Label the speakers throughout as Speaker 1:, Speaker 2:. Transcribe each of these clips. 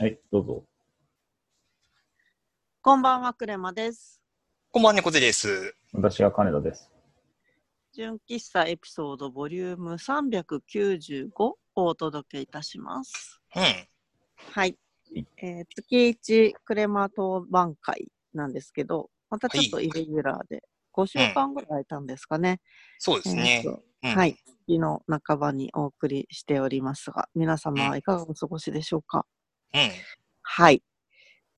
Speaker 1: はい、どうぞ。
Speaker 2: こんばんは、クレマです。
Speaker 3: こんばんは、猫背です。
Speaker 1: 私は金田です。
Speaker 2: 純喫茶エピソードボリューム395をお届けいたします。
Speaker 3: うん。
Speaker 2: はい。えー月1クレマ当番会なんですけど、またちょっとイレギュラーで、5週間ぐらい空いたんですかね。
Speaker 3: そうですね
Speaker 2: えー。と
Speaker 3: うん
Speaker 2: はい。月の半ばにお送りしておりますが、皆様はいかがお過ごしでしょうか
Speaker 3: うん。
Speaker 2: はい。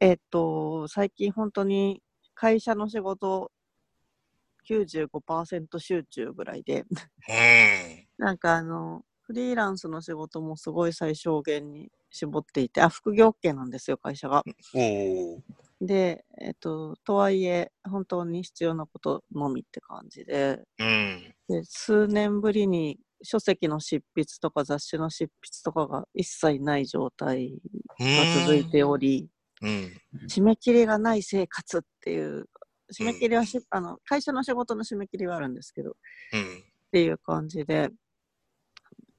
Speaker 2: えっ、と、最近本当に会社の仕事95%集中ぐらいで、
Speaker 3: うん。
Speaker 2: なんかあの、フリーランスの仕事もすごい最小限に絞っていて、あ、副業 OK なんですよ、会社が。
Speaker 3: おー。
Speaker 2: で、えっ、と、とはいえ、本当に必要なことのみって感じで、
Speaker 3: うん。
Speaker 2: で数年ぶりに書籍の執筆とか雑誌の執筆とかが一切ない状態
Speaker 3: うん
Speaker 2: が続いており、
Speaker 3: うん。
Speaker 2: 締め切りがない生活っていう、締め切りはし、あの、会社の仕事の締め切りはあるんですけど、っ
Speaker 3: うん。
Speaker 2: ていう感じで、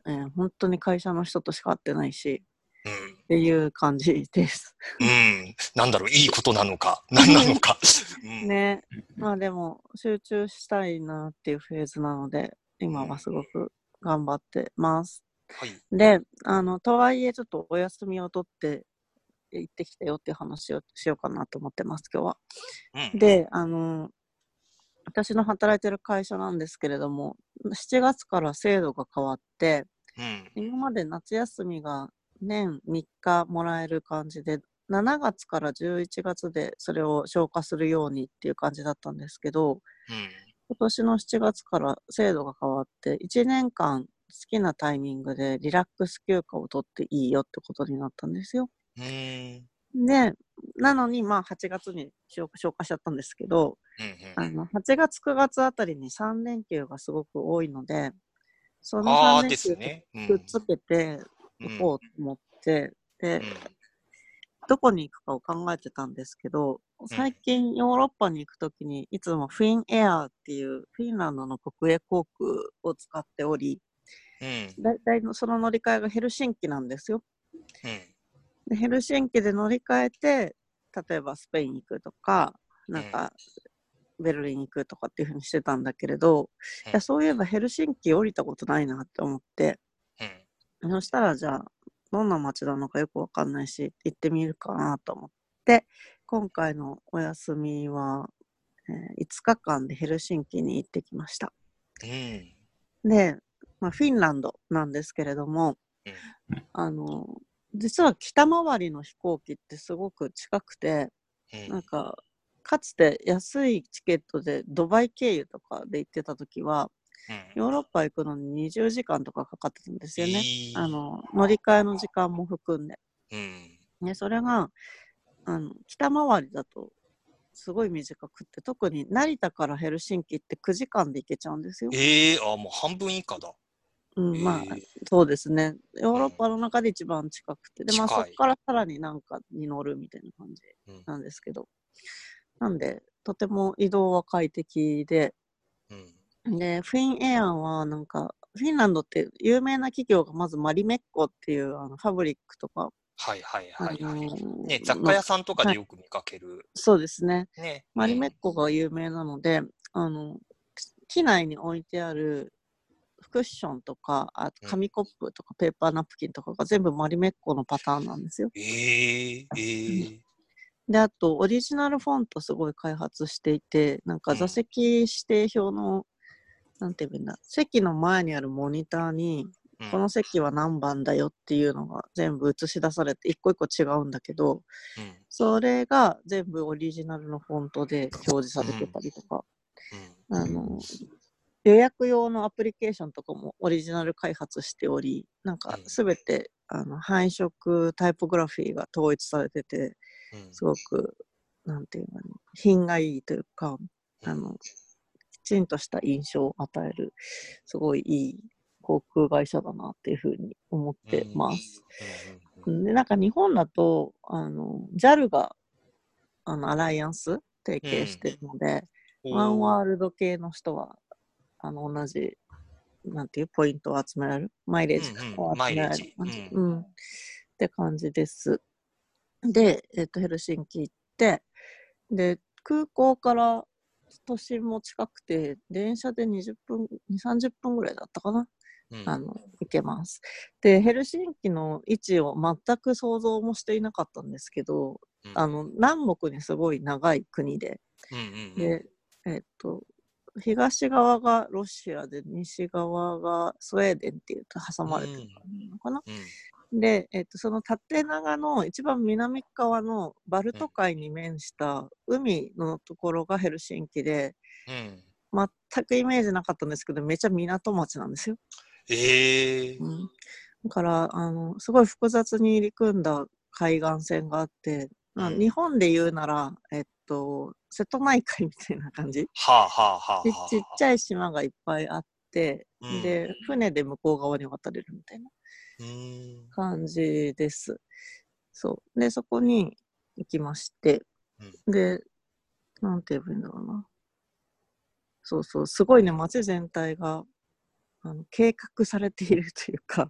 Speaker 2: えー本当に会社の人としか会ってないし、
Speaker 3: うん。
Speaker 2: っていう感じです。
Speaker 3: うん。なんだろう、いいことなのか、何なのか。うん。
Speaker 2: ね。まあでも、集中したいなっていうフェーズなので、今はすごく頑張ってます。
Speaker 3: はい。
Speaker 2: で、あの、とはいえ、ちょっとお休みを取って、行ってきたよっていう話をしようかなと思ってます、今日は。
Speaker 3: うん。
Speaker 2: で、あの、私の働いてる会社なんですけれども、7月から制度が変わって、
Speaker 3: うん。
Speaker 2: 今まで夏休みが年3日もらえる感じで、7月から11月でそれを消化するようにっていう感じだったんですけど、
Speaker 3: うん。
Speaker 2: 今年の7月から制度が変わって、1年間好きなタイミングでリラックス休暇を取っていいよってことになったんですよ。
Speaker 3: うん。
Speaker 2: で、なのにまあ8月に消消化しちゃったんですけど、
Speaker 3: うん。
Speaker 2: あの8月、9月あたりに3連休がすごく多いので、その
Speaker 3: あ
Speaker 2: 3
Speaker 3: あで
Speaker 2: 連
Speaker 3: す
Speaker 2: 休
Speaker 3: ね。うん。
Speaker 2: くっつけて
Speaker 3: うん
Speaker 2: いこうと思って、
Speaker 3: う
Speaker 2: で
Speaker 3: ん、
Speaker 2: どこに行くかを考えてたんですけど、最近ヨーロッパに行くときにいつもフィンエアーっていうフィンランドの国営航空を使っており、
Speaker 3: うん。
Speaker 2: だいたいのその乗り換えがヘルシンキなんですよ。
Speaker 3: うん。
Speaker 2: でヘルシンキで乗り換えて、例えばスペイン行くとか、なんか、ベルリン行くとかっていうふうにしてたんだけれど、
Speaker 3: うん
Speaker 2: いやそういえばヘルシンキ降りたことないなって思って、
Speaker 3: うん。
Speaker 2: そしたらじゃあ、どんな街なのかよくわかんないし、行ってみるかなと思って、今回のお休みは、えー5日間でヘルシンキに行ってきました。
Speaker 3: うん。
Speaker 2: で、まあ、フィンランドなんですけれども、
Speaker 3: うん
Speaker 2: あの、実は北回りの飛行機ってすごく近くて、
Speaker 3: うん。
Speaker 2: なんか、かつて安いチケットでドバイ経由とかで行ってた時は、
Speaker 3: うん。
Speaker 2: ヨーロッパ行くのに20時間とかかかってたんですよね。
Speaker 3: いい
Speaker 2: あ、の、乗り換えの時間も含んで。
Speaker 3: うん。
Speaker 2: ね、それが、あの、北回りだと、すごい短くって、特に成田からヘルシンキって9時間で行けちゃうんですよ。
Speaker 3: ええー、あ、もう半分以下だ。
Speaker 2: うん、まあ
Speaker 3: えー、
Speaker 2: そうですね。ヨーロッパの中で一番近くて、で、まあ、そ
Speaker 3: 近い
Speaker 2: こからさらになんかに乗るみたいな感じ
Speaker 3: うん
Speaker 2: なんですけど。なんで、とても移動は快適で、
Speaker 3: うん。
Speaker 2: で、フィンエアはなんか、フィンランドって有名な企業がまずマリメッコっていうあのファブリックとか、
Speaker 3: はいはい
Speaker 2: あ
Speaker 3: はいはい。
Speaker 2: の
Speaker 3: ね、雑貨屋さんとかでよく見かける。
Speaker 2: そうですね。
Speaker 3: ね。
Speaker 2: マリメッコが有名なので、あの、機内に置いてあるクッションとか、あと
Speaker 3: うん
Speaker 2: 紙コップとかペーパーナプキンとかが全部マリメッコのパターンなんですよ。
Speaker 3: えー、えー、
Speaker 2: で、あとオリジナルフォントすごい開発していて、なんか座席指定表の、なんて言えばいいんだ、席の前にあるモニターに、
Speaker 3: うん
Speaker 2: この席は何番だよっていうのが全部映し出されて、一個一個違うんだけど、
Speaker 3: うん
Speaker 2: それが全部オリジナルのフォントで表示されてたりとか、あの、予約用のアプリケーションとかもオリジナル開発しており、なんか
Speaker 3: うん
Speaker 2: すべて、あの配色、タイポグラフィーが統一されてて、
Speaker 3: うんうん
Speaker 2: すごく、なんていうのかな、品がいいというか、あの、きちんとした印象を与える、すごいいい航空会社だなっていうふうに思ってます。
Speaker 3: うんうん
Speaker 2: で、なんか日本だと、あの、JAL が、あの、アライアンス提携してるので、
Speaker 3: うん
Speaker 2: ワンワールド系の人は、あの、同じ、なんていう、ポイントを集められる、マイレージ
Speaker 3: うんうん
Speaker 2: を集められ
Speaker 3: マイレ
Speaker 2: る
Speaker 3: ージ。
Speaker 2: うん。って感じです。で、えっとヘルシンキ行ってで空港から都心も近くて電車で20分2 30分ぐらいだったかな
Speaker 3: うん
Speaker 2: あの行けます。でヘルシンキの位置を全く想像もしていなかったんですけど
Speaker 3: うん
Speaker 2: あの南北にすごい長い国で
Speaker 3: うんうんうん
Speaker 2: で、えっと、東側がロシアで、西側がスウェーデンっていうと挟まれてるのかな。
Speaker 3: うん
Speaker 2: で、えっと、その縦長の一番南側のバルト海に面した海のところがヘルシンキで、
Speaker 3: うん
Speaker 2: 全くイメージなかったんですけど、めちゃ港町なんですよ。
Speaker 3: ええ
Speaker 2: うん、だからあの、すごい複雑に入り組んだ海岸線があって、まあ
Speaker 3: うん
Speaker 2: 日本で言うなら、えっと、瀬戸内海みたいな感じ
Speaker 3: はあはあはあ
Speaker 2: で
Speaker 3: はあ。
Speaker 2: ちっちゃい島がいっぱいあって、
Speaker 3: うん
Speaker 2: で船で向こう側に渡れるみたいな
Speaker 3: うん
Speaker 2: 感じです。そうでそこに行きまして、でなんて言えばいいんだろうなそうそうすごいね街全体があの計画されているというか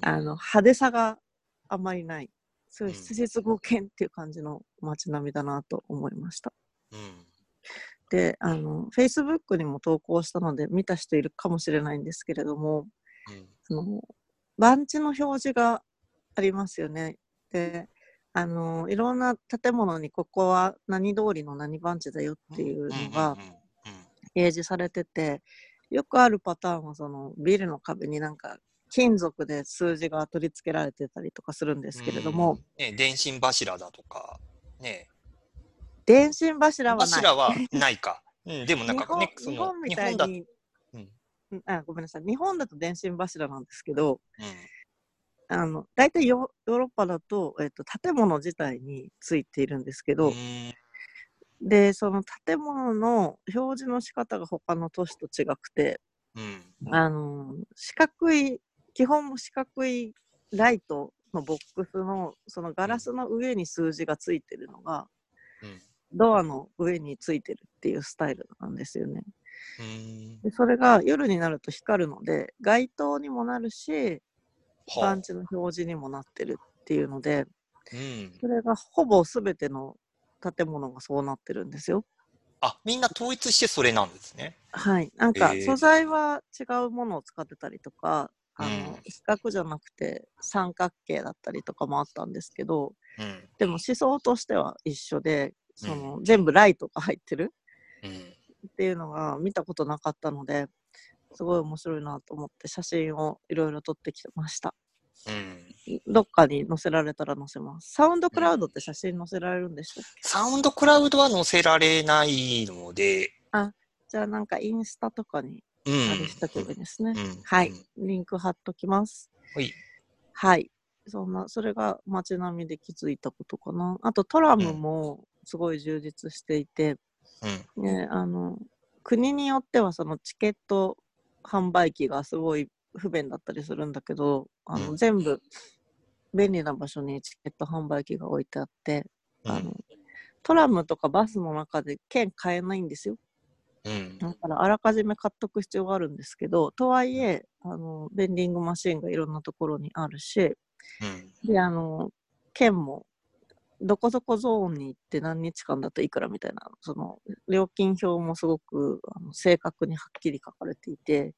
Speaker 2: あの派手さがあまりないすごい質実剛健っていう感じの街並みだなと思いました。
Speaker 3: うん
Speaker 2: であの Facebook にも投稿したので見た人いるかもしれないんですけれども
Speaker 3: うん
Speaker 2: その番地の表示がありますよね。であのいろんな建物にここは何通りの何番地だよっていうのが
Speaker 3: うんうんうん
Speaker 2: 掲示されててよくあるパターンはそのビルの壁になんか金属で数字が取り付けられてたりとかするんですけれども、
Speaker 3: うんね、電信柱だとか、ね、
Speaker 2: 電信柱はない。
Speaker 3: 柱はないか。うん、でもなん
Speaker 2: 日
Speaker 3: か
Speaker 2: 本
Speaker 3: ね、そ
Speaker 2: 日
Speaker 3: の
Speaker 2: 本みたい
Speaker 3: だ、
Speaker 2: に
Speaker 3: うん
Speaker 2: うんあごめんなさい日本だと電信柱なんですけど、
Speaker 3: う
Speaker 2: あの大体ヨヨーロッパだと,、えっと建物自体についているんですけ
Speaker 3: ん、
Speaker 2: ど、
Speaker 3: うん
Speaker 2: でその建物の表示の仕方が他の都市と違くて、
Speaker 3: うん
Speaker 2: あの四角い基本も四角いライトのボックスのそのガラスの上に数字がついてるのが
Speaker 3: うん
Speaker 2: ドアの上についてるっていうスタイルなんですよね。
Speaker 3: うん
Speaker 2: でそれが夜になると光るので街灯にもなるし
Speaker 3: は
Speaker 2: 団地の表示にもなってるっていうので。
Speaker 3: あうん
Speaker 2: それがほぼ全ての建物がそうなってるんですよ。
Speaker 3: あ、みんな統一してそれなんですね。
Speaker 2: はい。なんか
Speaker 3: えー
Speaker 2: 素材は違うものを使ってたりとか、あ
Speaker 3: うん
Speaker 2: の、四角じゃなくて三角形だったりとかもあったんですけど、
Speaker 3: うん
Speaker 2: でも思想としては一緒で、その全部ライトが入ってる
Speaker 3: うん
Speaker 2: っていうのが見たことなかったので、すごい面白いなと思って写真をいろいろ撮ってきました。
Speaker 3: うん、
Speaker 2: どっかに載せられたら載せます。サウンドクラウドって写真載せられるんでしたっけ
Speaker 3: サウンドクラウドは載せられないので、
Speaker 2: じゃあなんかインスタとかに
Speaker 3: うん
Speaker 2: あれしたけどですね。
Speaker 3: うん
Speaker 2: はい
Speaker 3: うん。
Speaker 2: リンク貼っときます。
Speaker 3: はい
Speaker 2: はい。そんな、それが街並みで気づいたことかな。あとトラムもすごい充実していて、
Speaker 3: うん
Speaker 2: ね、あの、国によってはそのチケット販売機がすごい不便だったりするんだけど、あ
Speaker 3: う
Speaker 2: の、
Speaker 3: ん
Speaker 2: 全部便利な場所にチケット販売機が置いてあって、
Speaker 3: う
Speaker 2: あ
Speaker 3: ん
Speaker 2: の、トラムとかバスの中で券買えないんですよ。
Speaker 3: うん
Speaker 2: だからあらかじめ買っとく必要があるんですけど、とはいえ、あの、ベンディングマシンがいろんなところにあるし、
Speaker 3: うん
Speaker 2: で、あの、券も、どこどこゾーンに行って何日間だといくらみたいな、その、料金表もすごくあの正確にはっきり書かれていて、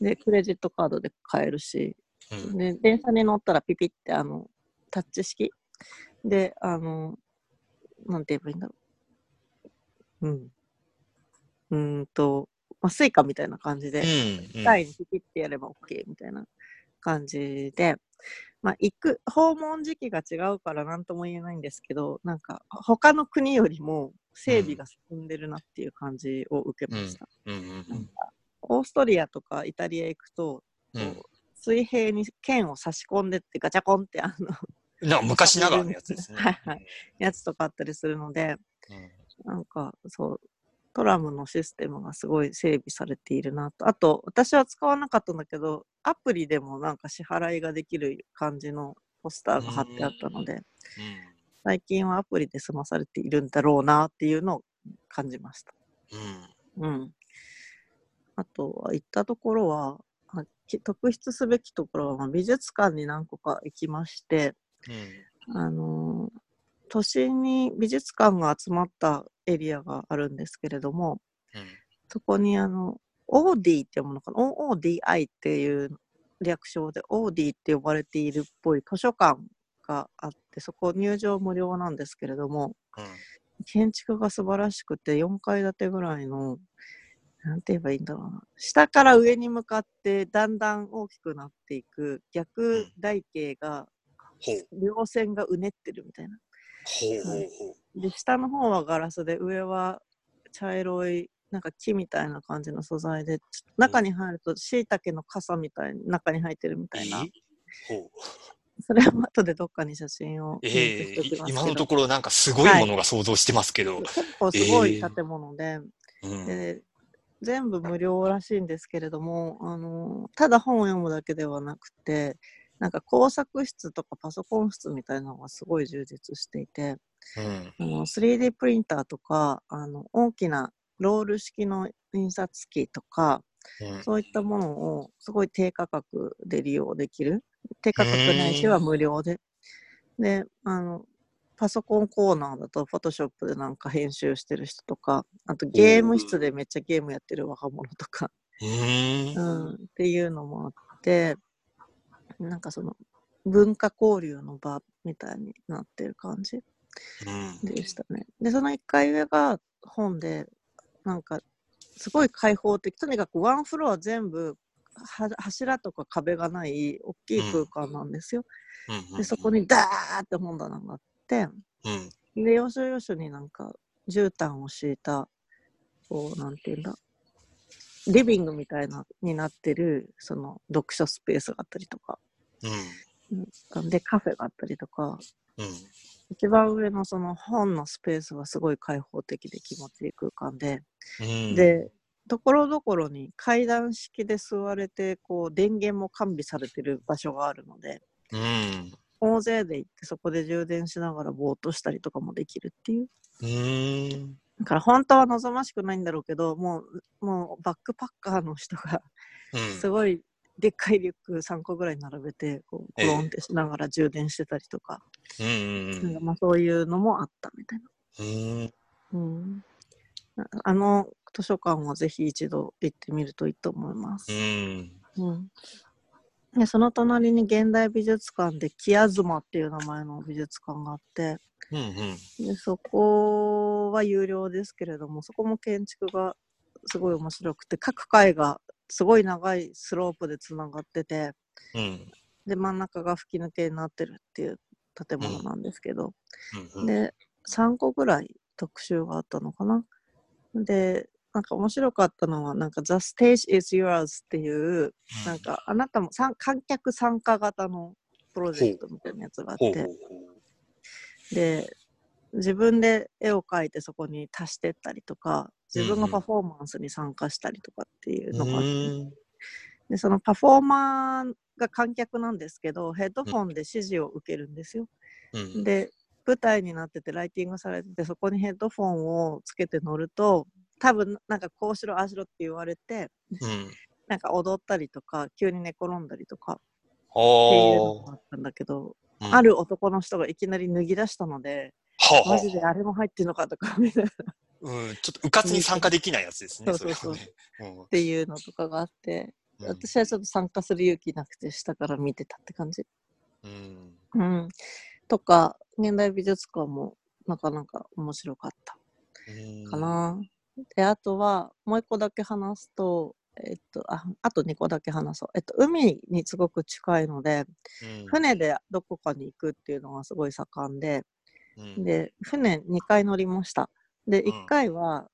Speaker 3: うん
Speaker 2: で、クレジットカードで買えるし、
Speaker 3: うん
Speaker 2: で、電車に乗ったらピピって、あの、タッチ式で、あの、なんて言えばいいんだろう。うん。うーんと、まあ、スイカみたいな感じで、
Speaker 3: うん
Speaker 2: 台にピピってやれば OK みたいな感じで、まあ、行く、訪問時期が違うから何とも言えないんですけど、なんか、他の国よりも整備が進んでるなっていう感じを受けました。
Speaker 3: うんうん
Speaker 2: オーストリアとかイタリア行くと、
Speaker 3: う
Speaker 2: こ
Speaker 3: ん
Speaker 2: う水平に剣を差し込んでってガチャコンってあの
Speaker 3: うんなんか昔ながらのやつですね。
Speaker 2: はいはいやつとかあったりするので
Speaker 3: うん
Speaker 2: なんかそうトラムのシステムがすごい整備されているなとあと私は使わなかったんだけどアプリでもなんか支払いができる感じのポスターが貼ってあったので最近はアプリで済まされているんだろうなっていうのを感じました。
Speaker 3: うんうん
Speaker 2: うん。あとは行ったところは、あき特筆すべきところは、まあ、美術館に何個か行きまして、あのー都心に美術館が集まったエリアがあるんですけれども、そこにあの、オーディって読むのかな ?OODI っていう略称でオーディって呼ばれているっぽい図書館があって、そこ入場無料なんですけれども、建築が素晴らしくて4階建てぐらいのなんて言えばいいんだろうな下から上に向かってだんだん大きくなっていく逆台形が
Speaker 3: ほう
Speaker 2: 両線がうねってるみたいな
Speaker 3: ほうほうほう。
Speaker 2: で下の方はガラスで上は茶色いなんか木みたいな感じの素材でちょっと中に入るとしいたけの傘みたいに中に入ってるみたいな
Speaker 3: えほう
Speaker 2: それも後でどっかに写真をリンクし
Speaker 3: え
Speaker 2: ておき
Speaker 3: え
Speaker 2: ますけど
Speaker 3: 今のところなんかすごいものが想像してますけど。
Speaker 2: 結構すご
Speaker 3: え
Speaker 2: い
Speaker 3: ー
Speaker 2: 建物で。
Speaker 3: うん
Speaker 2: で全部無料らしいんですけれどもあのただ本を読むだけではなくてなんか工作室とかパソコン室みたいなのがすごい充実していて
Speaker 3: うん
Speaker 2: あの 3D プリンターとかあの大きなロール式の印刷機とか
Speaker 3: うん
Speaker 2: そういったものをすごい低価格で利用できる低価格ないし
Speaker 3: へ
Speaker 2: は
Speaker 3: ー
Speaker 2: 無料でであのパソコンコーナーだとフォトショップでなんか編集してる人とかあとゲーム室でめっちゃゲームやってる若者とか、
Speaker 3: うん
Speaker 2: うん、っていうのもあってなんかその文化交流の場みたいになってる感じ
Speaker 3: うん
Speaker 2: でしたね。で、その1回上が本で、なんか、すごい開放的。とにかくワンフロア全部、は柱とか壁がない大きい空間なんですよ。で、そこにダーって本棚があって、
Speaker 3: うん
Speaker 2: で、要所要所になんか、絨毯を敷いた、こう、なんていうんだ、リビングみたいな、になってる、その、読書スペースがあったりとか、
Speaker 3: うん
Speaker 2: うんで、カフェがあったりとか、
Speaker 3: うん
Speaker 2: 一番上のその本のスペースはすごい開放的で気持ちいい空間で、
Speaker 3: うん
Speaker 2: で、ところどころに階段式で座れて、こう電源も完備されてる場所があるので、
Speaker 3: うん
Speaker 2: 大勢で行ってそこで充電しながらぼーっとしたりとかもできるっていう。
Speaker 3: うん
Speaker 2: だから本当は望ましくないんだろうけど、もう、もうバックパッカーの人が
Speaker 3: うん
Speaker 2: すごいでっかいリュック3個ぐらい並べて、こう、コロンってしながら充電してたりとか、
Speaker 3: うんうん
Speaker 2: なんかまあそういうのもあったみたいな。
Speaker 3: うん
Speaker 2: うん、なあの図書館はぜひ一度行ってみるといいと思います
Speaker 3: う。ん
Speaker 2: うんでその隣に現代美術館でキアズマっていう名前の美術館があって
Speaker 3: うんうん
Speaker 2: でそこは有料ですけれどもそこも建築がすごい面白くて各階がすごい長いスロープでつながってて
Speaker 3: うん
Speaker 2: で真ん中が吹き抜けになってるっていう建物なんですけど、
Speaker 3: うん
Speaker 2: で3個ぐらい特集があったのかなでなんか面白かったのはなんか「The Stage is Yours」っていうなんかあなたも参観客参加型のプロジェクトみたいなやつがあっ
Speaker 3: ほうほう
Speaker 2: てで自分で絵を描いてそこに足してったりとか自分がパフォーマンスに参加したりとかっていう
Speaker 3: ほ
Speaker 2: の
Speaker 3: う
Speaker 2: があって、
Speaker 3: うん
Speaker 2: でそのパフォーマーが観客なんですけどヘッドフォンで指示を受けるんですよ。
Speaker 3: うん
Speaker 2: で舞台になっててライティングされててそこにヘッドフォンをつけて乗ると多分なんかこうしろああしろって言われて
Speaker 3: うん
Speaker 2: なんか踊ったりとか急に寝転んだりとか
Speaker 3: あ
Speaker 2: っていうの
Speaker 3: ー
Speaker 2: があったんだけど
Speaker 3: うん
Speaker 2: ある男の人がいきなり脱ぎ出したので
Speaker 3: はあはあ
Speaker 2: マジであれも入ってんのかとか みたいなっ
Speaker 3: うんちょっとうかつに参加できないやつですね
Speaker 2: そうそう
Speaker 3: れはねうん
Speaker 2: ていうのとかがあって
Speaker 3: うん
Speaker 2: 私はちょっと参加する勇気なくて下から見てたって感じ。
Speaker 3: うん
Speaker 2: うん、とか現代美術館もなかなか面白かった。
Speaker 3: うん
Speaker 2: かな。で、あとは、もう一個だけ話すと、えっと、ああと二個だけ話そう。えっと、海にすごく近いので、
Speaker 3: うん
Speaker 2: 船でどこかに行くっていうのがすごい盛んで、
Speaker 3: うん
Speaker 2: で、船2回乗りました。で、
Speaker 3: ん
Speaker 2: 1回は、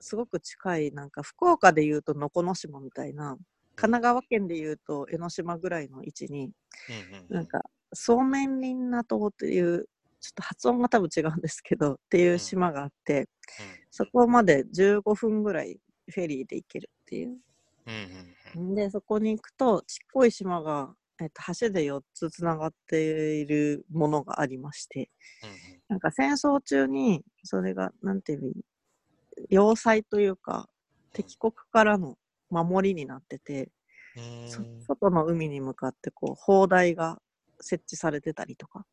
Speaker 2: すごく近い、なんか福岡で言うと能古の島みたいな、神奈川県で言うと江ノ島ぐらいの位置に、
Speaker 3: うんうん
Speaker 2: なんか、そうめん林那島っていう、ちょっと発音が多分違うんですけど、っていう島があって、そこまで15分ぐらいフェリーで行けるっていう。
Speaker 3: うんうん
Speaker 2: で、そこに行くと、ちっこい島が、えっと、橋で4つつながっているものがありまして、
Speaker 3: う
Speaker 2: なんか戦争中に、それが、なんていう意味要塞というか、敵国からの守りになってて、
Speaker 3: んうんうん
Speaker 2: そ外の海に向かって、こう、砲台が設置されてたりとか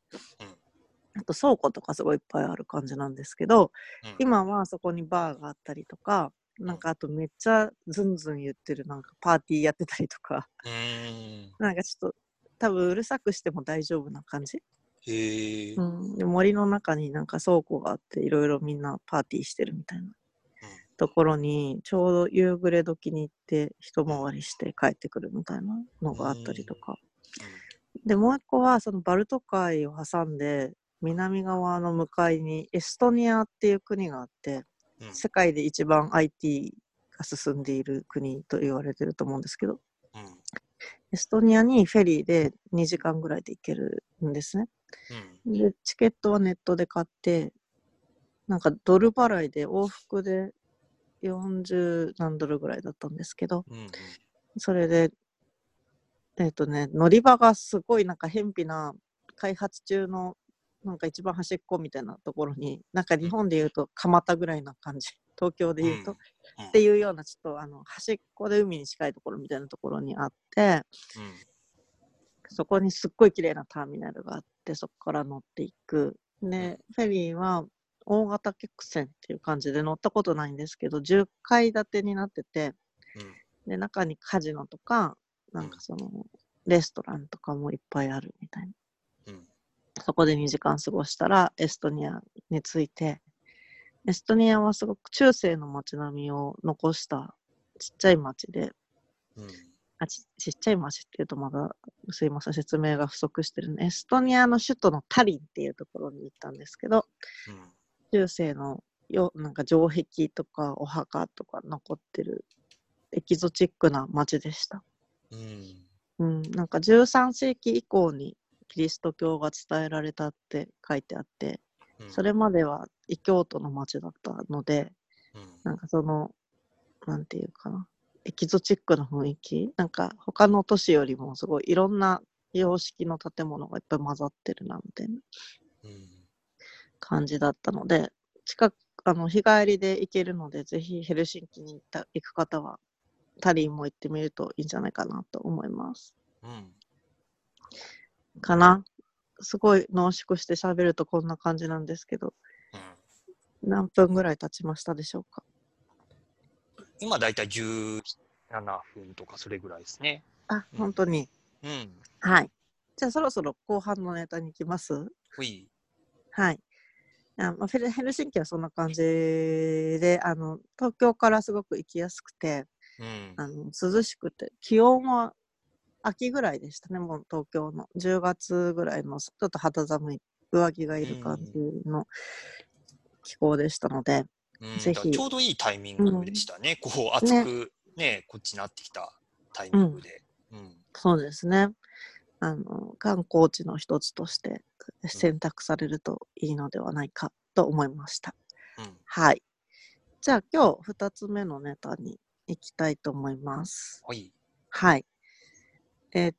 Speaker 3: うん、
Speaker 2: あと倉庫とかすごいいっぱいある感じなんですけど、
Speaker 3: うん
Speaker 2: 今はそこにバーがあったりとか、なんかあとめっちゃズンズン言ってるなんかパーティーやってたりとか、
Speaker 3: うーん。
Speaker 2: なんかちょっと多分うるさくしても大丈夫な感じ。
Speaker 3: へえ
Speaker 2: う。ん、で森の中になんか倉庫があっていろいろみんなパーティーしてるみたいなところにちょうど夕暮れ時に行って一回りして帰ってくるみたいなのがあったりとか。でもう一個はそのバルト海を挟んで南側の向かいにエストニアっていう国があって、
Speaker 3: うんうん
Speaker 2: 世界で一番 IT が進んでいる国と言われてると思うんですけど、
Speaker 3: うんうん
Speaker 2: エストニアにフェリーで2時間ぐらいで行けるんですね。で、チケットはネットで買って、なんかドル払いで往復で40何ドルぐらいだったんですけど、
Speaker 3: うんうん
Speaker 2: それで、えっ、とね、乗り場がすごいなんか偏僻な開発中のなんか一番端っこみたいなところに、なんか日本で言うと蒲田ぐらいな感じ、東京で言うと。
Speaker 3: うん
Speaker 2: っていうようなちょっとあの端っこで海に近いところみたいなところにあって
Speaker 3: うん
Speaker 2: そこにすっごい綺麗なターミナルがあってそこから乗っていくでフェリーは大型客船っていう感じで乗ったことないんですけど10階建てになってて
Speaker 3: うん
Speaker 2: で中にカジノとかなんかそのレストランとかもいっぱいあるみたいな
Speaker 3: うん
Speaker 2: そこで2時間過ごしたらエストニアに着いてエストニアはすごく中世の街並みを残したちっちゃい街で
Speaker 3: うんうん
Speaker 2: あちちっちゃい町っていうとまだすいません説明が不足してるねエストニアの首都のタリンっていうところに行ったんですけど
Speaker 3: うん
Speaker 2: 中世のよなんか城壁とかお墓とか残ってるエキゾチックな町でした、
Speaker 3: うん
Speaker 2: うん、なんか13世紀以降にキリスト教が伝えられたって書いてあって
Speaker 3: うん
Speaker 2: それまでは異教徒の町だったので
Speaker 3: うん
Speaker 2: なんかそのなんていうかなエキゾチックな雰囲気なんか他の都市よりもすごいいろんな様式の建物がいっぱい混ざってるなみたいな
Speaker 3: うん
Speaker 2: 感じだったので近くあの日帰りで行けるのでぜひヘルシンキに行った行く方はタリンも行ってみるといいんじゃないかなと思います。
Speaker 3: うん
Speaker 2: かなすごい濃縮して喋るとこんな感じなんですけど
Speaker 3: うん
Speaker 2: 何分ぐらい経ちましたでしょうか
Speaker 3: 今だいたい17分とかそれぐらいですね。
Speaker 2: あ
Speaker 3: うん
Speaker 2: 本当に、
Speaker 3: うん。
Speaker 2: はいじゃあそろそろ後半のネタに行きます
Speaker 3: ほい。
Speaker 2: はい。あまあ、フェルヘルシンキはそんな感じであの東京からすごく行きやすくて
Speaker 3: うん。
Speaker 2: あの涼しくて気温は秋ぐらいでしたねもう東京の10月ぐらいのちょっと肌寒い上着がいる感じの気候でしたので、
Speaker 3: うん
Speaker 2: ぜひ
Speaker 3: だからちょうどいいタイミングでしたね。こう暑くね、こっちなってきたタイミングで。うん。
Speaker 2: そうですねあの観光地の一つとして選択されるといいのではないかと思いました。
Speaker 3: うん。
Speaker 2: はい。じゃあ今日2つ目のネタに行きたいと思います。
Speaker 3: ほい。
Speaker 2: はい。えっ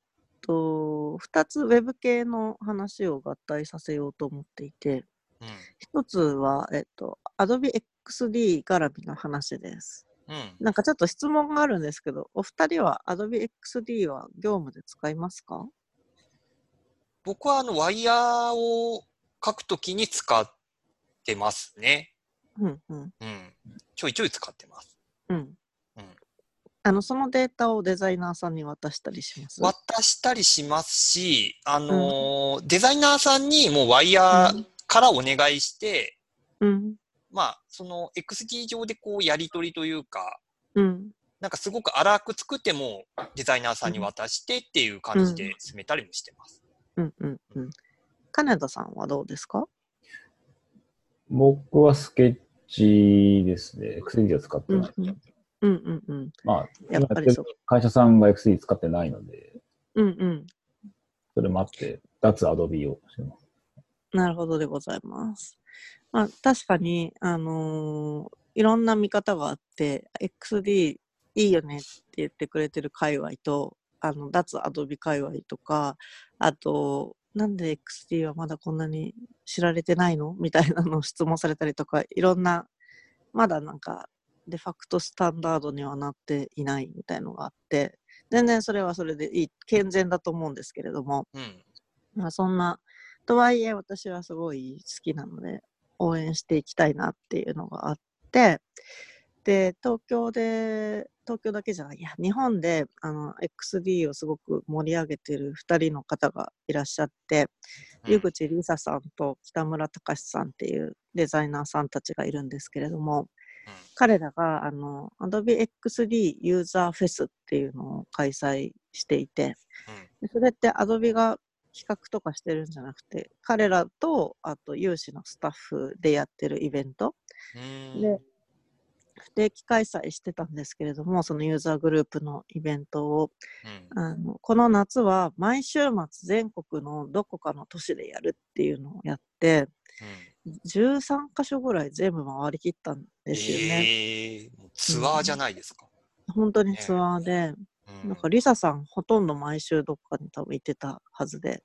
Speaker 2: と、2つウェブ系の話を合体させようと思っていて、
Speaker 3: うん。
Speaker 2: 1つは、えっと、Adobe XD 絡みの話です。
Speaker 3: うん。
Speaker 2: なんかちょっと質問があるんですけど、お二人は Adobe XD は業務で使いますか
Speaker 3: 僕はあのワイヤーを書くときに使ってますね。
Speaker 2: うんうん
Speaker 3: うん。ちょいちょい使ってます。
Speaker 2: うん。
Speaker 3: うん
Speaker 2: あの、そのデータをデザイナーさんに渡したりします。
Speaker 3: 渡したりしますし、あのーデザイナーさんにもうワイヤーからお願いして、
Speaker 2: うん。
Speaker 3: まあ、その XD 上でこうやり取りというか、
Speaker 2: うん。
Speaker 3: なんかすごく荒く作ってもデザイナーさんに渡してっていう感じで進めたりもしてます。
Speaker 2: うんうんうん。金田さんはどうですか
Speaker 1: 僕はスケッチですね。XD を使ってない。
Speaker 2: うんうんうんうん。
Speaker 1: まあ、今
Speaker 2: や
Speaker 1: や
Speaker 2: っぱ
Speaker 1: って
Speaker 2: り
Speaker 1: る
Speaker 2: そう。
Speaker 1: 会社さんが XD 使ってないので、
Speaker 2: うんうん。
Speaker 1: それ待って、脱 Adobe をしてます。
Speaker 2: なるほどでございます。まあ確かに、あのーいろんな見方があって XD いいよねって言ってくれてる界隈とあの脱アドビ界隈とかあとなんで XD はまだこんなに知られてないのみたいなのを質問されたりとかいろんなまだなんかデファクトスタンダードにはなっていないみたいのがあって全然それはそれでいい健全だと思うんですけれども
Speaker 3: うん。
Speaker 2: まあ、そんな、とはいえ私はすごい好きなので、応援していきたいなっていうのがあって、で、東京で、東京だけじゃない、いや、日本で、あの、XD をすごく盛り上げてる2人の方がいらっしゃって、
Speaker 3: うん
Speaker 2: 湯口りささんと北村隆さんっていうデザイナーさんたちがいるんですけれども、彼らがあの Adobe XD ユーザーフェスっていうのを開催していて、でそれって Adobe が企画とかしてるんじゃなくて、彼らとあと有志のスタッフでやってるイベント
Speaker 3: うん。うん
Speaker 2: で、不定期開催してたんですけれども、そのユーザーグループのイベントを、
Speaker 3: うん
Speaker 2: あのこの夏は毎週末全国のどこかの都市でやるっていうのをやって、13箇所ぐらい全部回りきったんですよね。
Speaker 3: えーもうツアーじゃないですか。
Speaker 2: 本当にツアーで、
Speaker 3: うん
Speaker 2: なんかリサさんほとんど毎週どっかに多分行ってたはずで、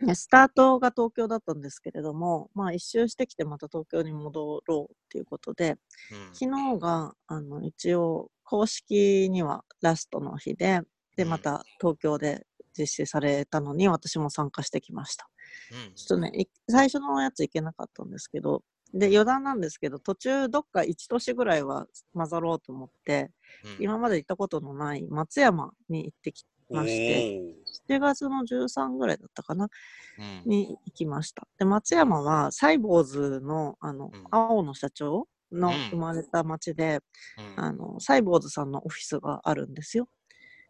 Speaker 3: うん
Speaker 2: ねスタートが東京だったんですけれども、まあ一周してきてまた東京に戻ろうっていうことで、
Speaker 3: うん
Speaker 2: 昨日があの一応公式にはラストの日で、で
Speaker 3: うん
Speaker 2: また東京で実施されたのに私も参加してきました。
Speaker 3: うん
Speaker 2: ちょっとね、い最初のやつ行けなかったんですけど、で、余談なんですけど、途中どっか1年ぐらいは混ざろうと思って、
Speaker 3: うん
Speaker 2: 今まで行ったことのない松山に行ってきまして、7月の13ぐらいだったかな、
Speaker 3: おーうん
Speaker 2: に行きました。で、松山はサイボーズの、あの、
Speaker 3: うん
Speaker 2: 青の社長
Speaker 3: う
Speaker 2: の
Speaker 3: ん
Speaker 2: 生まれた町で、
Speaker 3: うん
Speaker 2: あの、サイボーズさんのオフィスがあるんですよ。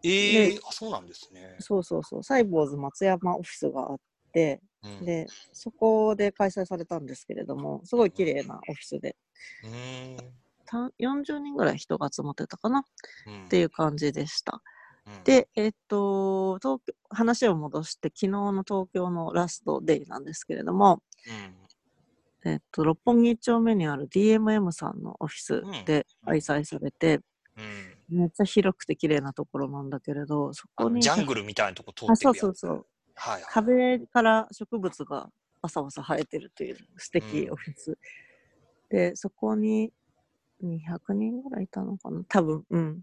Speaker 3: ええ、あ、そうなんですね。
Speaker 2: そうそうそう、サイボーズ松山オフィスがあって、
Speaker 3: うん
Speaker 2: で、そこで開催されたんですけれども、すごい綺麗なオフィスで、
Speaker 3: うん
Speaker 2: た40人ぐらい人が集まってたかなっ
Speaker 3: うん
Speaker 2: ていう感じでした。
Speaker 3: うん
Speaker 2: で、えっと、東京話を戻して、昨日の東京のラストデイなんですけれども、えっと、六本木一丁目にある DMM さんのオフィスで
Speaker 3: うん
Speaker 2: 開催されて、
Speaker 3: うんうん
Speaker 2: めっちゃ広くて綺麗なところなんだけれど、そ
Speaker 3: あ
Speaker 2: こ
Speaker 3: の
Speaker 2: に、
Speaker 3: ジャングルみたいなとこ通っ
Speaker 2: あ、
Speaker 3: てるやつ
Speaker 2: そうそうそう、
Speaker 3: はいはい。
Speaker 2: 壁から植物がわさわさ生えてるという素敵オフィス、でそこに200人ぐらいいたのかな多分うん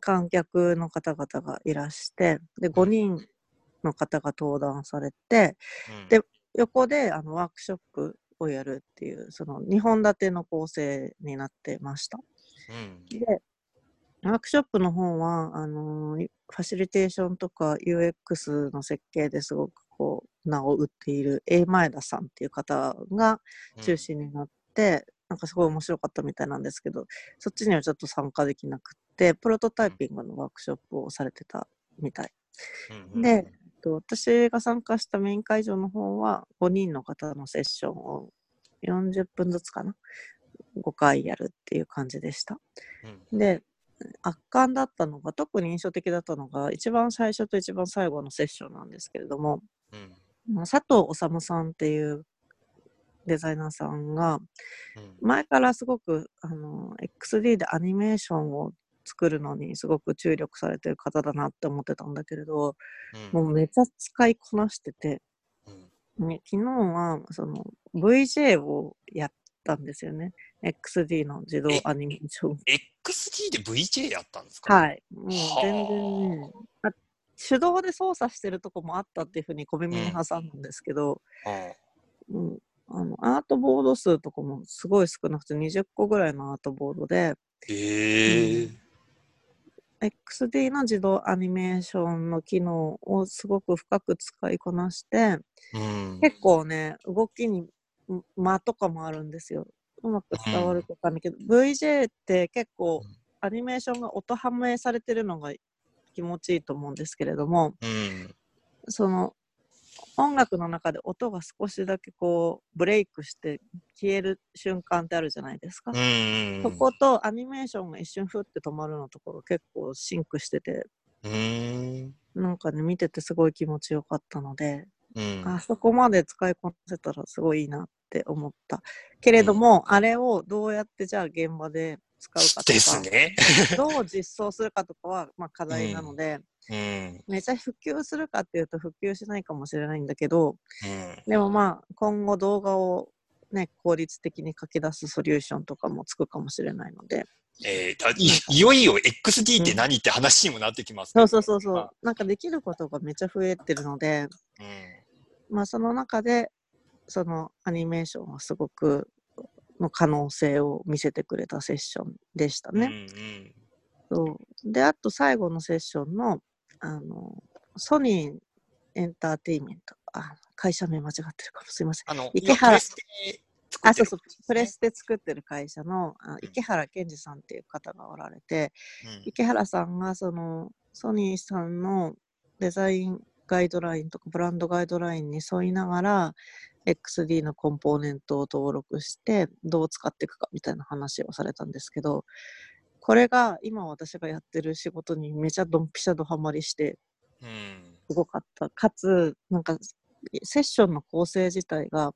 Speaker 2: 観客の方々がいらしてで5人の方が登壇されて
Speaker 3: うん
Speaker 2: で横であのワークショップをやるっていうその2本立ての構成になってました
Speaker 3: うん
Speaker 2: で、ワークショップの方は、あのーファシリテーションとか UX の設計ですごくこう、名を売っている A 前田さんっていう方が中心になって、なんかすごい面白かったみたいなんですけど、そっちにはちょっと参加できなくって、プロトタイピングのワークショップをされてたみたい。
Speaker 3: うん
Speaker 2: で、えっと私が参加したメイン会場の方は5人の方のセッションを40分ずつかな5回やるっていう感じでした。
Speaker 3: うん
Speaker 2: で圧巻だったのが特に印象的だったのが一番最初と一番最後のセッションなんですけれども
Speaker 3: うん
Speaker 2: あの佐藤治さんっていうデザイナーさんが
Speaker 3: うん
Speaker 2: 前からすごくあの XD でアニメーションを作るのにすごく注力されてる方だなって思ってたんだけれど
Speaker 3: うん
Speaker 2: もうめちゃ使いこなしてて、
Speaker 3: うん
Speaker 2: ね、昨日はその VJ をやったんですよね XD の自動アニメーション
Speaker 3: XD で VJ やったんですか
Speaker 2: はい。もう
Speaker 3: はあ
Speaker 2: 全然ね、あ手動で操作してるとこもあったっていうふうに小耳に
Speaker 3: うん
Speaker 2: 挟んだんですけど、
Speaker 3: う
Speaker 2: う
Speaker 3: ん
Speaker 2: んあのアートボード数とかもすごい少なくて20個ぐらいのアートボードで、
Speaker 3: ええ。
Speaker 2: XD の自動アニメーションの機能をすごく深く使いこなして、
Speaker 3: うん
Speaker 2: 結構ね、動きにん間とかもあるんですよ。うまく伝わるとかないけど、VJ って結構
Speaker 3: うん
Speaker 2: アニメーションが音はめされてるのが気持ちいいと思うんですけれども、
Speaker 3: うん
Speaker 2: その音楽の中で音が少しだけこうブレイクして消える瞬間ってあるじゃないですか。
Speaker 3: うん
Speaker 2: そことアニメーションが一瞬ふって止まるのところ結構シンクしてて、
Speaker 3: うん
Speaker 2: なんかね見ててすごい気持ちよかったので、
Speaker 3: うん
Speaker 2: あそこまで使いこなせたらすごいいいなって思った。けれども、あれをどうやってじゃあ現場で使うかとか、
Speaker 3: ですね。
Speaker 2: どう実装するかとかはまあ課題なので、
Speaker 3: うん
Speaker 2: めちゃ普及するかっていうと普及しないかもしれないんだけど、
Speaker 3: うん
Speaker 2: でもまあ今後動画をね、効率的に書き出すソリューションとかもつくかもしれないので、
Speaker 3: えーあいいよいよ XD って何って話にもなってきますね、
Speaker 2: そうそうそうそ
Speaker 3: ま
Speaker 2: う
Speaker 3: あ。
Speaker 2: なんかできることがめっちゃ増えてるので、
Speaker 3: うん
Speaker 2: まあその中で、そのアニメーションはすごく、の可能性を見せてくれたセッションでしたね。
Speaker 3: うんうん
Speaker 2: そうであと最後のセッションのあのソニーエンターテインメントあ会社名間違ってるかもすいません
Speaker 3: あの、
Speaker 2: 池
Speaker 3: 今
Speaker 2: 原
Speaker 3: プレステ作
Speaker 2: あ
Speaker 3: っ
Speaker 2: そ
Speaker 3: て
Speaker 2: う
Speaker 3: る
Speaker 2: そうプレスで作ってる会社のあ池原健二さんっていう方がおられて
Speaker 3: うん
Speaker 2: 池原さんがそのソニーさんのデザインガイドラインとかブランドガイドラインに沿いながら XD のコンポーネントを登録してどう使っていくかみたいな話をされたんですけどこれが今私がやってる仕事にめちゃドンピシャドハマりして
Speaker 3: うん
Speaker 2: すごかったかつなんかセッションの構成自体が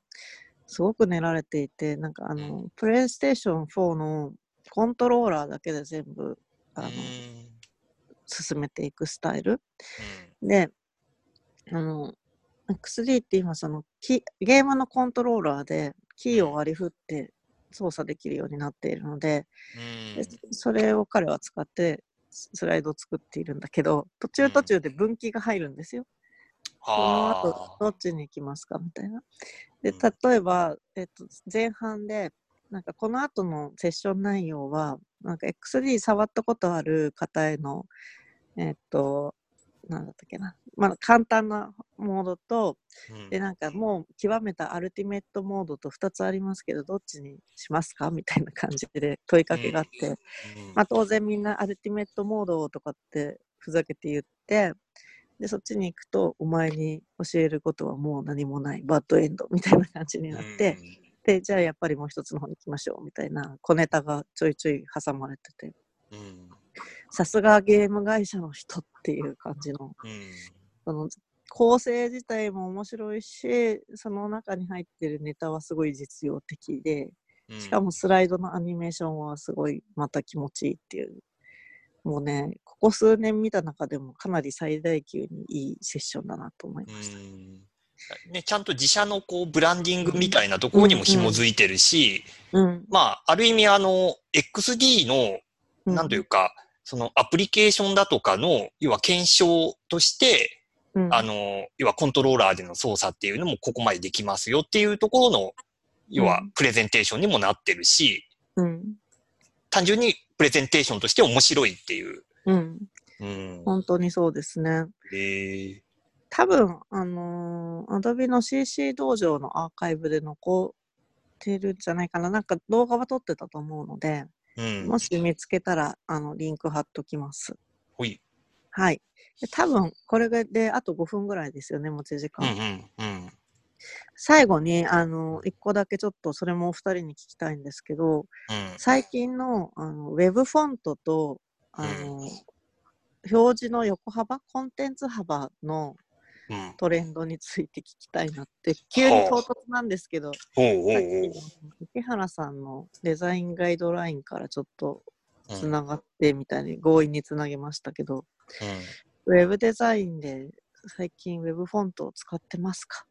Speaker 2: すごく練られていてなんかあのプレイステーション4のコントローラーだけで全部あの、
Speaker 3: うん
Speaker 2: 進めていくスタイルであの XD って今そのキゲームのコントローラーでキーを割り振って操作できるようになっているので
Speaker 3: うん
Speaker 2: でそれを彼は使ってススライドを作っているんだけど途中途中で分岐が入るんですよ。この後
Speaker 3: あ
Speaker 2: どっちに行きますかみたいな。で
Speaker 3: うん
Speaker 2: 例えば、えっと、前半でなんかこの後のセッション内容はなんか XD 触ったことある方へのえっとなんだったっけな、まあ、簡単なモードと
Speaker 3: ーうん
Speaker 2: でなんかもう極めたアルティメットモードと2つありますけどどっちにしますかみたいな感じで問いかけがあって、
Speaker 3: うん
Speaker 2: まあ、当然みんなアルティメットモードとかってふざけて言ってでそっちに行くとお前に教えることはもう何もないバッドエンドみたいな感じになって、でじゃあやっぱりもう一つの方に行きましょうみたいな小ネタがちょいちょい挟まれてて
Speaker 3: うんうん
Speaker 2: さすがゲーム会社の人っていう感じの
Speaker 3: うん
Speaker 2: その構成自体も面白いしその中に入ってるネタはすごい実用的で
Speaker 3: うん
Speaker 2: しかもスライドのアニメーションはすごいまた気持ちいいっていう。もうね、ここ数年見た中でもかなり最大級にいいセッションだなと思いうました。
Speaker 3: んね、ちゃんと自社のこうブランディングみたいなところにも紐づいてるし、
Speaker 2: うん。
Speaker 3: まあ、ある意味あの、XD の、なんといううか、そのアプリケーションだとかの、要は検証として、
Speaker 2: ん、
Speaker 3: あの、要はコントローラーでの操作っていうのもここまでできますよっていうところの、要はプレゼンテーションにもなってるし、
Speaker 2: うん。
Speaker 3: 単純にプレゼンテーションとして面白いっていう。
Speaker 2: うん。
Speaker 3: うん。
Speaker 2: 本当にそうですね。
Speaker 3: えー
Speaker 2: 多分、あのー、Adobe の CC 道場のアーカイブで残ってるんじゃないかな。なんか動画は撮ってたと思うので、
Speaker 3: うん。
Speaker 2: もし見つけたら、あの、リンク貼っときます。
Speaker 3: ほい。
Speaker 2: はい。で多分、これで、あと5分ぐらいですよね、持ち時
Speaker 3: うん
Speaker 2: 間。
Speaker 3: うんうん。
Speaker 2: 最後に、あの、1個だけちょっと、それもお二人に聞きたいんですけど、
Speaker 3: うん。
Speaker 2: 最近のあのウェブフォントとあの、表示の横幅コンテンツ幅の
Speaker 3: うん。
Speaker 2: トレンドについて聞きたいなって急に唐突なんですけどさ
Speaker 3: おう
Speaker 2: っ
Speaker 3: おう
Speaker 2: き
Speaker 3: おう
Speaker 2: の。池原さんのデザインガイドラインからちょっと
Speaker 3: うん
Speaker 2: つながってみたいに強引につなげましたけど、
Speaker 3: うん
Speaker 2: ウェブデザインで最近ウェブフォントを使ってますか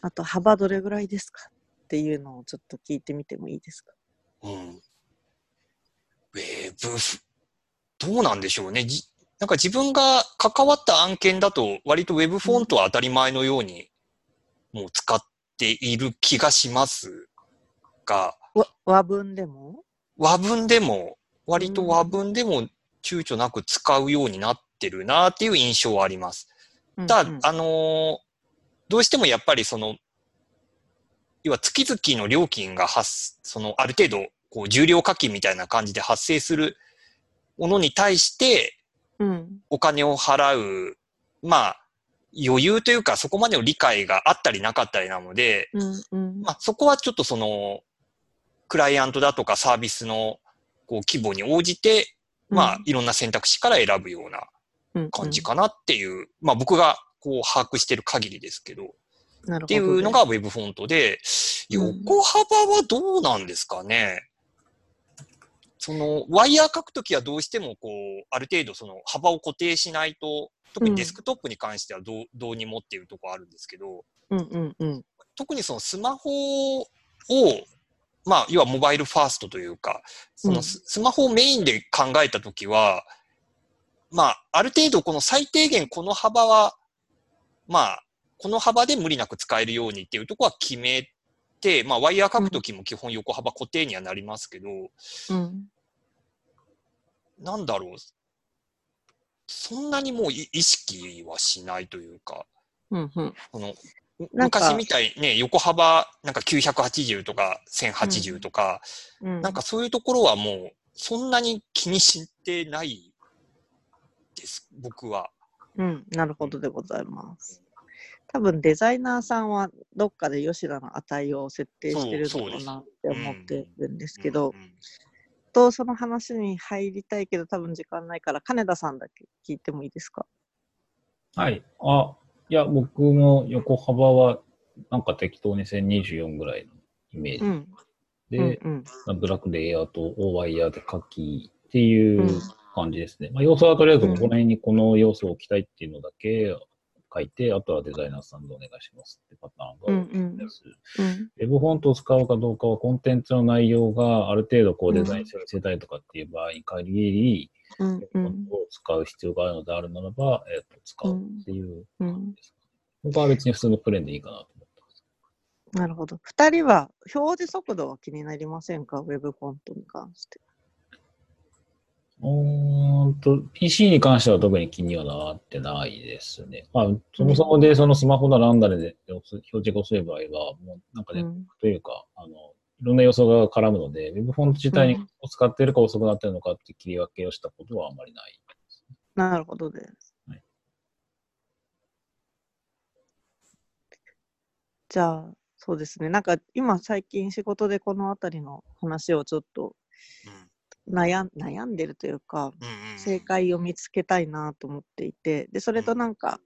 Speaker 2: あと幅どれぐらいですかっていうのをちょっと聞いてみてもいいですか
Speaker 3: うんウェブフ、どうなんでしょうね。じなんか自分が関わった案件だと、割とウェブフォントは当たり前のように、もう使っている気がしますが、
Speaker 2: わ和文でも
Speaker 3: 和文でも、割と和文でも躊躇なく使うようになってるなっていう印象はあります。た
Speaker 2: うんうん
Speaker 3: だ、あのーどうしてもやっぱりその、要は月々の料金が発、その、ある程度、こう、重量課金みたいな感じで発生するものに対して、
Speaker 2: うん
Speaker 3: お金を払う、まあ、余裕というか、そこまでの理解があったりなかったりなので、
Speaker 2: うんうん
Speaker 3: まあ、そこはちょっとその、クライアントだとかサービスの、こう、規模に応じて、まあ、いろんな選択肢から選ぶような
Speaker 2: うん
Speaker 3: 感じかなっていう、まあ、僕が、こう、把握してる限りですけど、
Speaker 2: なる
Speaker 3: っ
Speaker 2: ほ
Speaker 3: て
Speaker 2: ど
Speaker 3: い
Speaker 2: ね
Speaker 3: うのがウェブフォントで、
Speaker 2: うん
Speaker 3: 横幅はどうなんですかね、その、ワイヤー書くときはどうしてもこう、ある程度その幅を固定しないと、特にデスクトップに関してはどうどうにもっていうところあるんですけど、
Speaker 2: うんうんうん
Speaker 3: 特にそのスマホをまあ、要はモバイルファーストというか、そのススマホをメインで考えたときは、まあ、ある程度この最低限この幅は、まあ、この幅で無理なく使えるようにっていうところは決めて、まあ、ワイヤー書くときも基本横幅固定にはなりますけど、
Speaker 2: うん。
Speaker 3: なんだろう。そんなにもうい意識はしないというか、
Speaker 2: うん。うん。
Speaker 3: この
Speaker 2: なんか
Speaker 3: 昔みたいにね、横幅なんか980とか1080とか、
Speaker 2: うん。
Speaker 3: なんかそういうところはもうそんなに気にしてないです、僕は。
Speaker 2: うん、なるほどでございます。多分デザイナーさんはどっかで吉田の値を設定してるのかなって思ってるんですけど
Speaker 3: う、ん
Speaker 2: とその話に入りたいけど多分時間ないから金田さんだけ聞いてもいいですか
Speaker 1: はい。あ、いや、僕も横幅は、なんか適当に1024ぐらいのイメージ
Speaker 2: うん。
Speaker 1: で、
Speaker 2: うん
Speaker 1: まあブラックレイヤーとオーワイヤーで書きっていううん感じですね。まあ、要素はとりあえず
Speaker 2: う
Speaker 1: こ
Speaker 2: ん
Speaker 1: こら辺にこの要素を置きたいっていうのだけ書いて、あとはデザイナーさんでお願いしますってパターンが多いです。
Speaker 2: うん。
Speaker 1: ウェブフォントを使うかどうかはコンテンツの内容がある程度こうデザインさせたいとかっていう場合に限り、
Speaker 2: うん。う
Speaker 1: フォン
Speaker 2: ん
Speaker 1: トを使う必要があるのであるならば、えっと使うっていう
Speaker 2: うん。
Speaker 1: ですかね。僕は別に普通のプレーンでいいかなと思ってます。
Speaker 2: なるほど。二人は表示速度は気になりませんかウェブフォントに関して。
Speaker 1: うーんと、PC に関しては特に気にはなってないですね。まあ、そもそもで、そのスマホだなんだりで表示が遅い場合は、もうなんか
Speaker 2: う
Speaker 1: ね、
Speaker 2: ん。
Speaker 1: というか、あの、いろんな予想が絡むので、ウェブフォント自体
Speaker 2: う
Speaker 1: に使ってるか遅くなってるのかって切り分けをしたことはあんまりない。
Speaker 2: なるほどです。
Speaker 1: はい
Speaker 2: じゃあ、そうですね。なんか今最近仕事でこのあたりの話をちょっと悩ん悩んでるというか、
Speaker 3: うんうん
Speaker 2: 正解を見つけたいなと思っていて、で、それとなんか、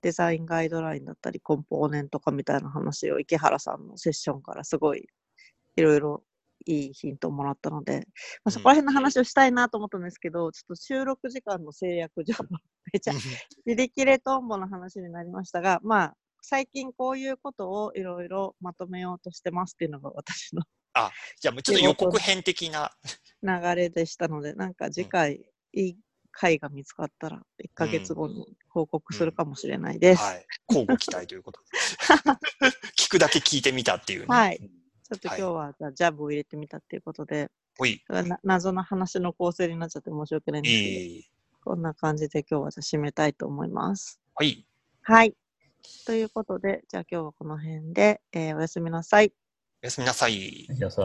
Speaker 2: デザインガイドラインだったり、コンポーネント化みたいな話を池原さんのセッションからすごいいろいろいいヒントをもらったので、まあ、そこら辺の話をしたいなと思ったんですけど、ちょっと収録時間の制約上、めちゃ自力切れトンボの話になりましたが、まあ、最近こういうことをいろいろまとめようとしてますっていうのが私の
Speaker 3: じゃあもうちょっと予告編的な。
Speaker 2: 流れでしたので、なんか次回、いい回が見つかったら、1ヶ月後に報告するかもしれないです。
Speaker 3: はい。交互期待ということで。 聞くだけ聞いてみたっていうね。
Speaker 2: はい。ちょっと今日はじゃあジャブを入れてみたっていうことで、
Speaker 3: ほい。
Speaker 2: な謎の話の構成になっちゃって申し訳ないん
Speaker 3: え
Speaker 2: ですけど、
Speaker 3: ー
Speaker 2: こんな感じで今日はじゃあ締めたいと思います。
Speaker 3: はい。
Speaker 2: はい。ということで、じゃあ今日はこの辺で、えーおやすみなさい。
Speaker 3: おやすみなさい。
Speaker 1: じゃあさ、